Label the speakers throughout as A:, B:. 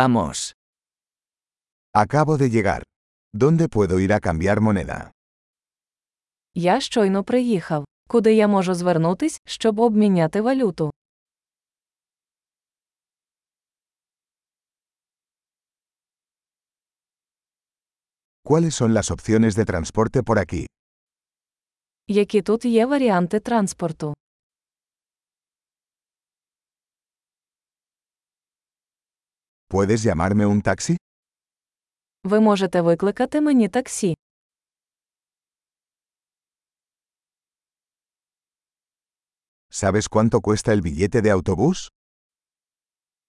A: Vamos.
B: Acabo de llegar. ¿Dónde puedo ir a cambiar moneda?
C: Я щойно приїхав. Куди я можу звернутись, щоб обміняти валюту?
B: ¿Cuáles son las opciones de transporte por aquí?
C: Які тут є варіанти транспорту?
B: ¿Puedes llamarme un taxi?
C: Ви можете викликати мені таксі.
B: ¿Sabes cuánto cuesta el billete de autobús?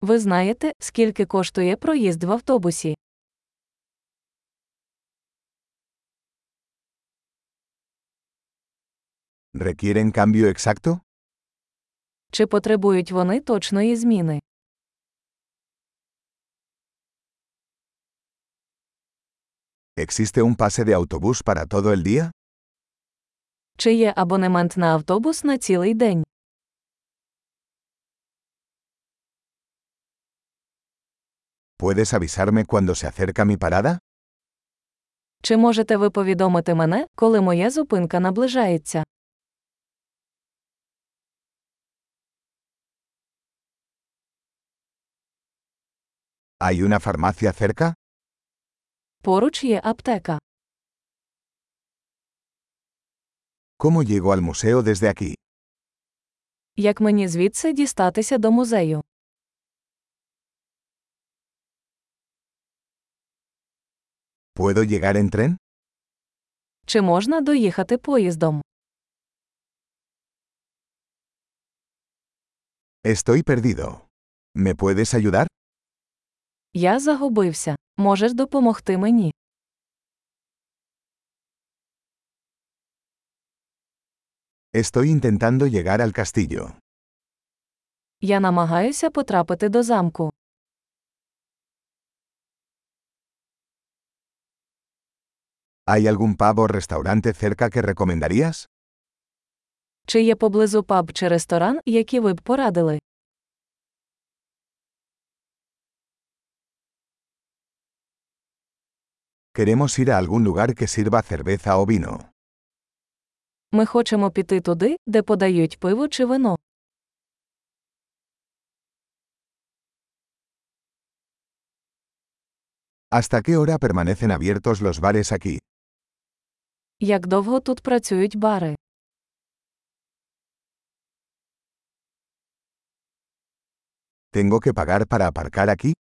C: Ви знаєте, скільки коштує проїзд в автобусі?
B: ¿Requieren cambio exacto?
C: Чи потребують вони точної зміни?
B: ¿Existe un pase de autobús para todo el día?
C: Чи є абонемент на автобус на цілий день?
B: ¿Puedes avisarme cuando se acerca mi parada?
C: Чи можете ви повідомити мене, коли моя зупинка наближається?
B: ¿Hay una farmacia cerca?
C: Поруч є аптека.
B: ¿Cómo llego al museo desde aquí?
C: Як мені звідси дістатися до музею?
B: ¿Puedo llegar en tren?
C: Чи можна доїхати поїздом?
B: Estoy perdido. ¿Me puedes ayudar?
C: Я загубився. Можеш допомогти мені?
B: Estoy intentando llegar al castillo.
C: Я намагаюся потрапити до замку.
B: ¿Hay algún pavo o restaurante cerca que recomendarías?
C: Чи є поблизу паб чи ресторан, які ви б порадили?
B: Queremos ir a algún lugar que sirva cerveza o vino.
C: Ми хочемо піти туди, де подають пиво чи вино.
B: ¿Hasta qué hora permanecen abiertos los bares aquí?
C: Як довго тут працюють бари?
B: ¿Tengo que pagar para aparcar aquí?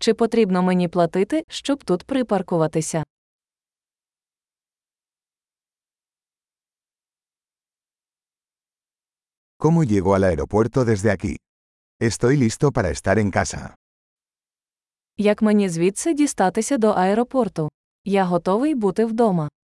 C: Чи потрібно мені платити, щоб тут припаркуватися?
B: ¿Cómo llego al aeropuerto desde aquí? Estoy listo para estar en casa.
C: Як мені звідси дістатися до аеропорту? Я готовий бути вдома.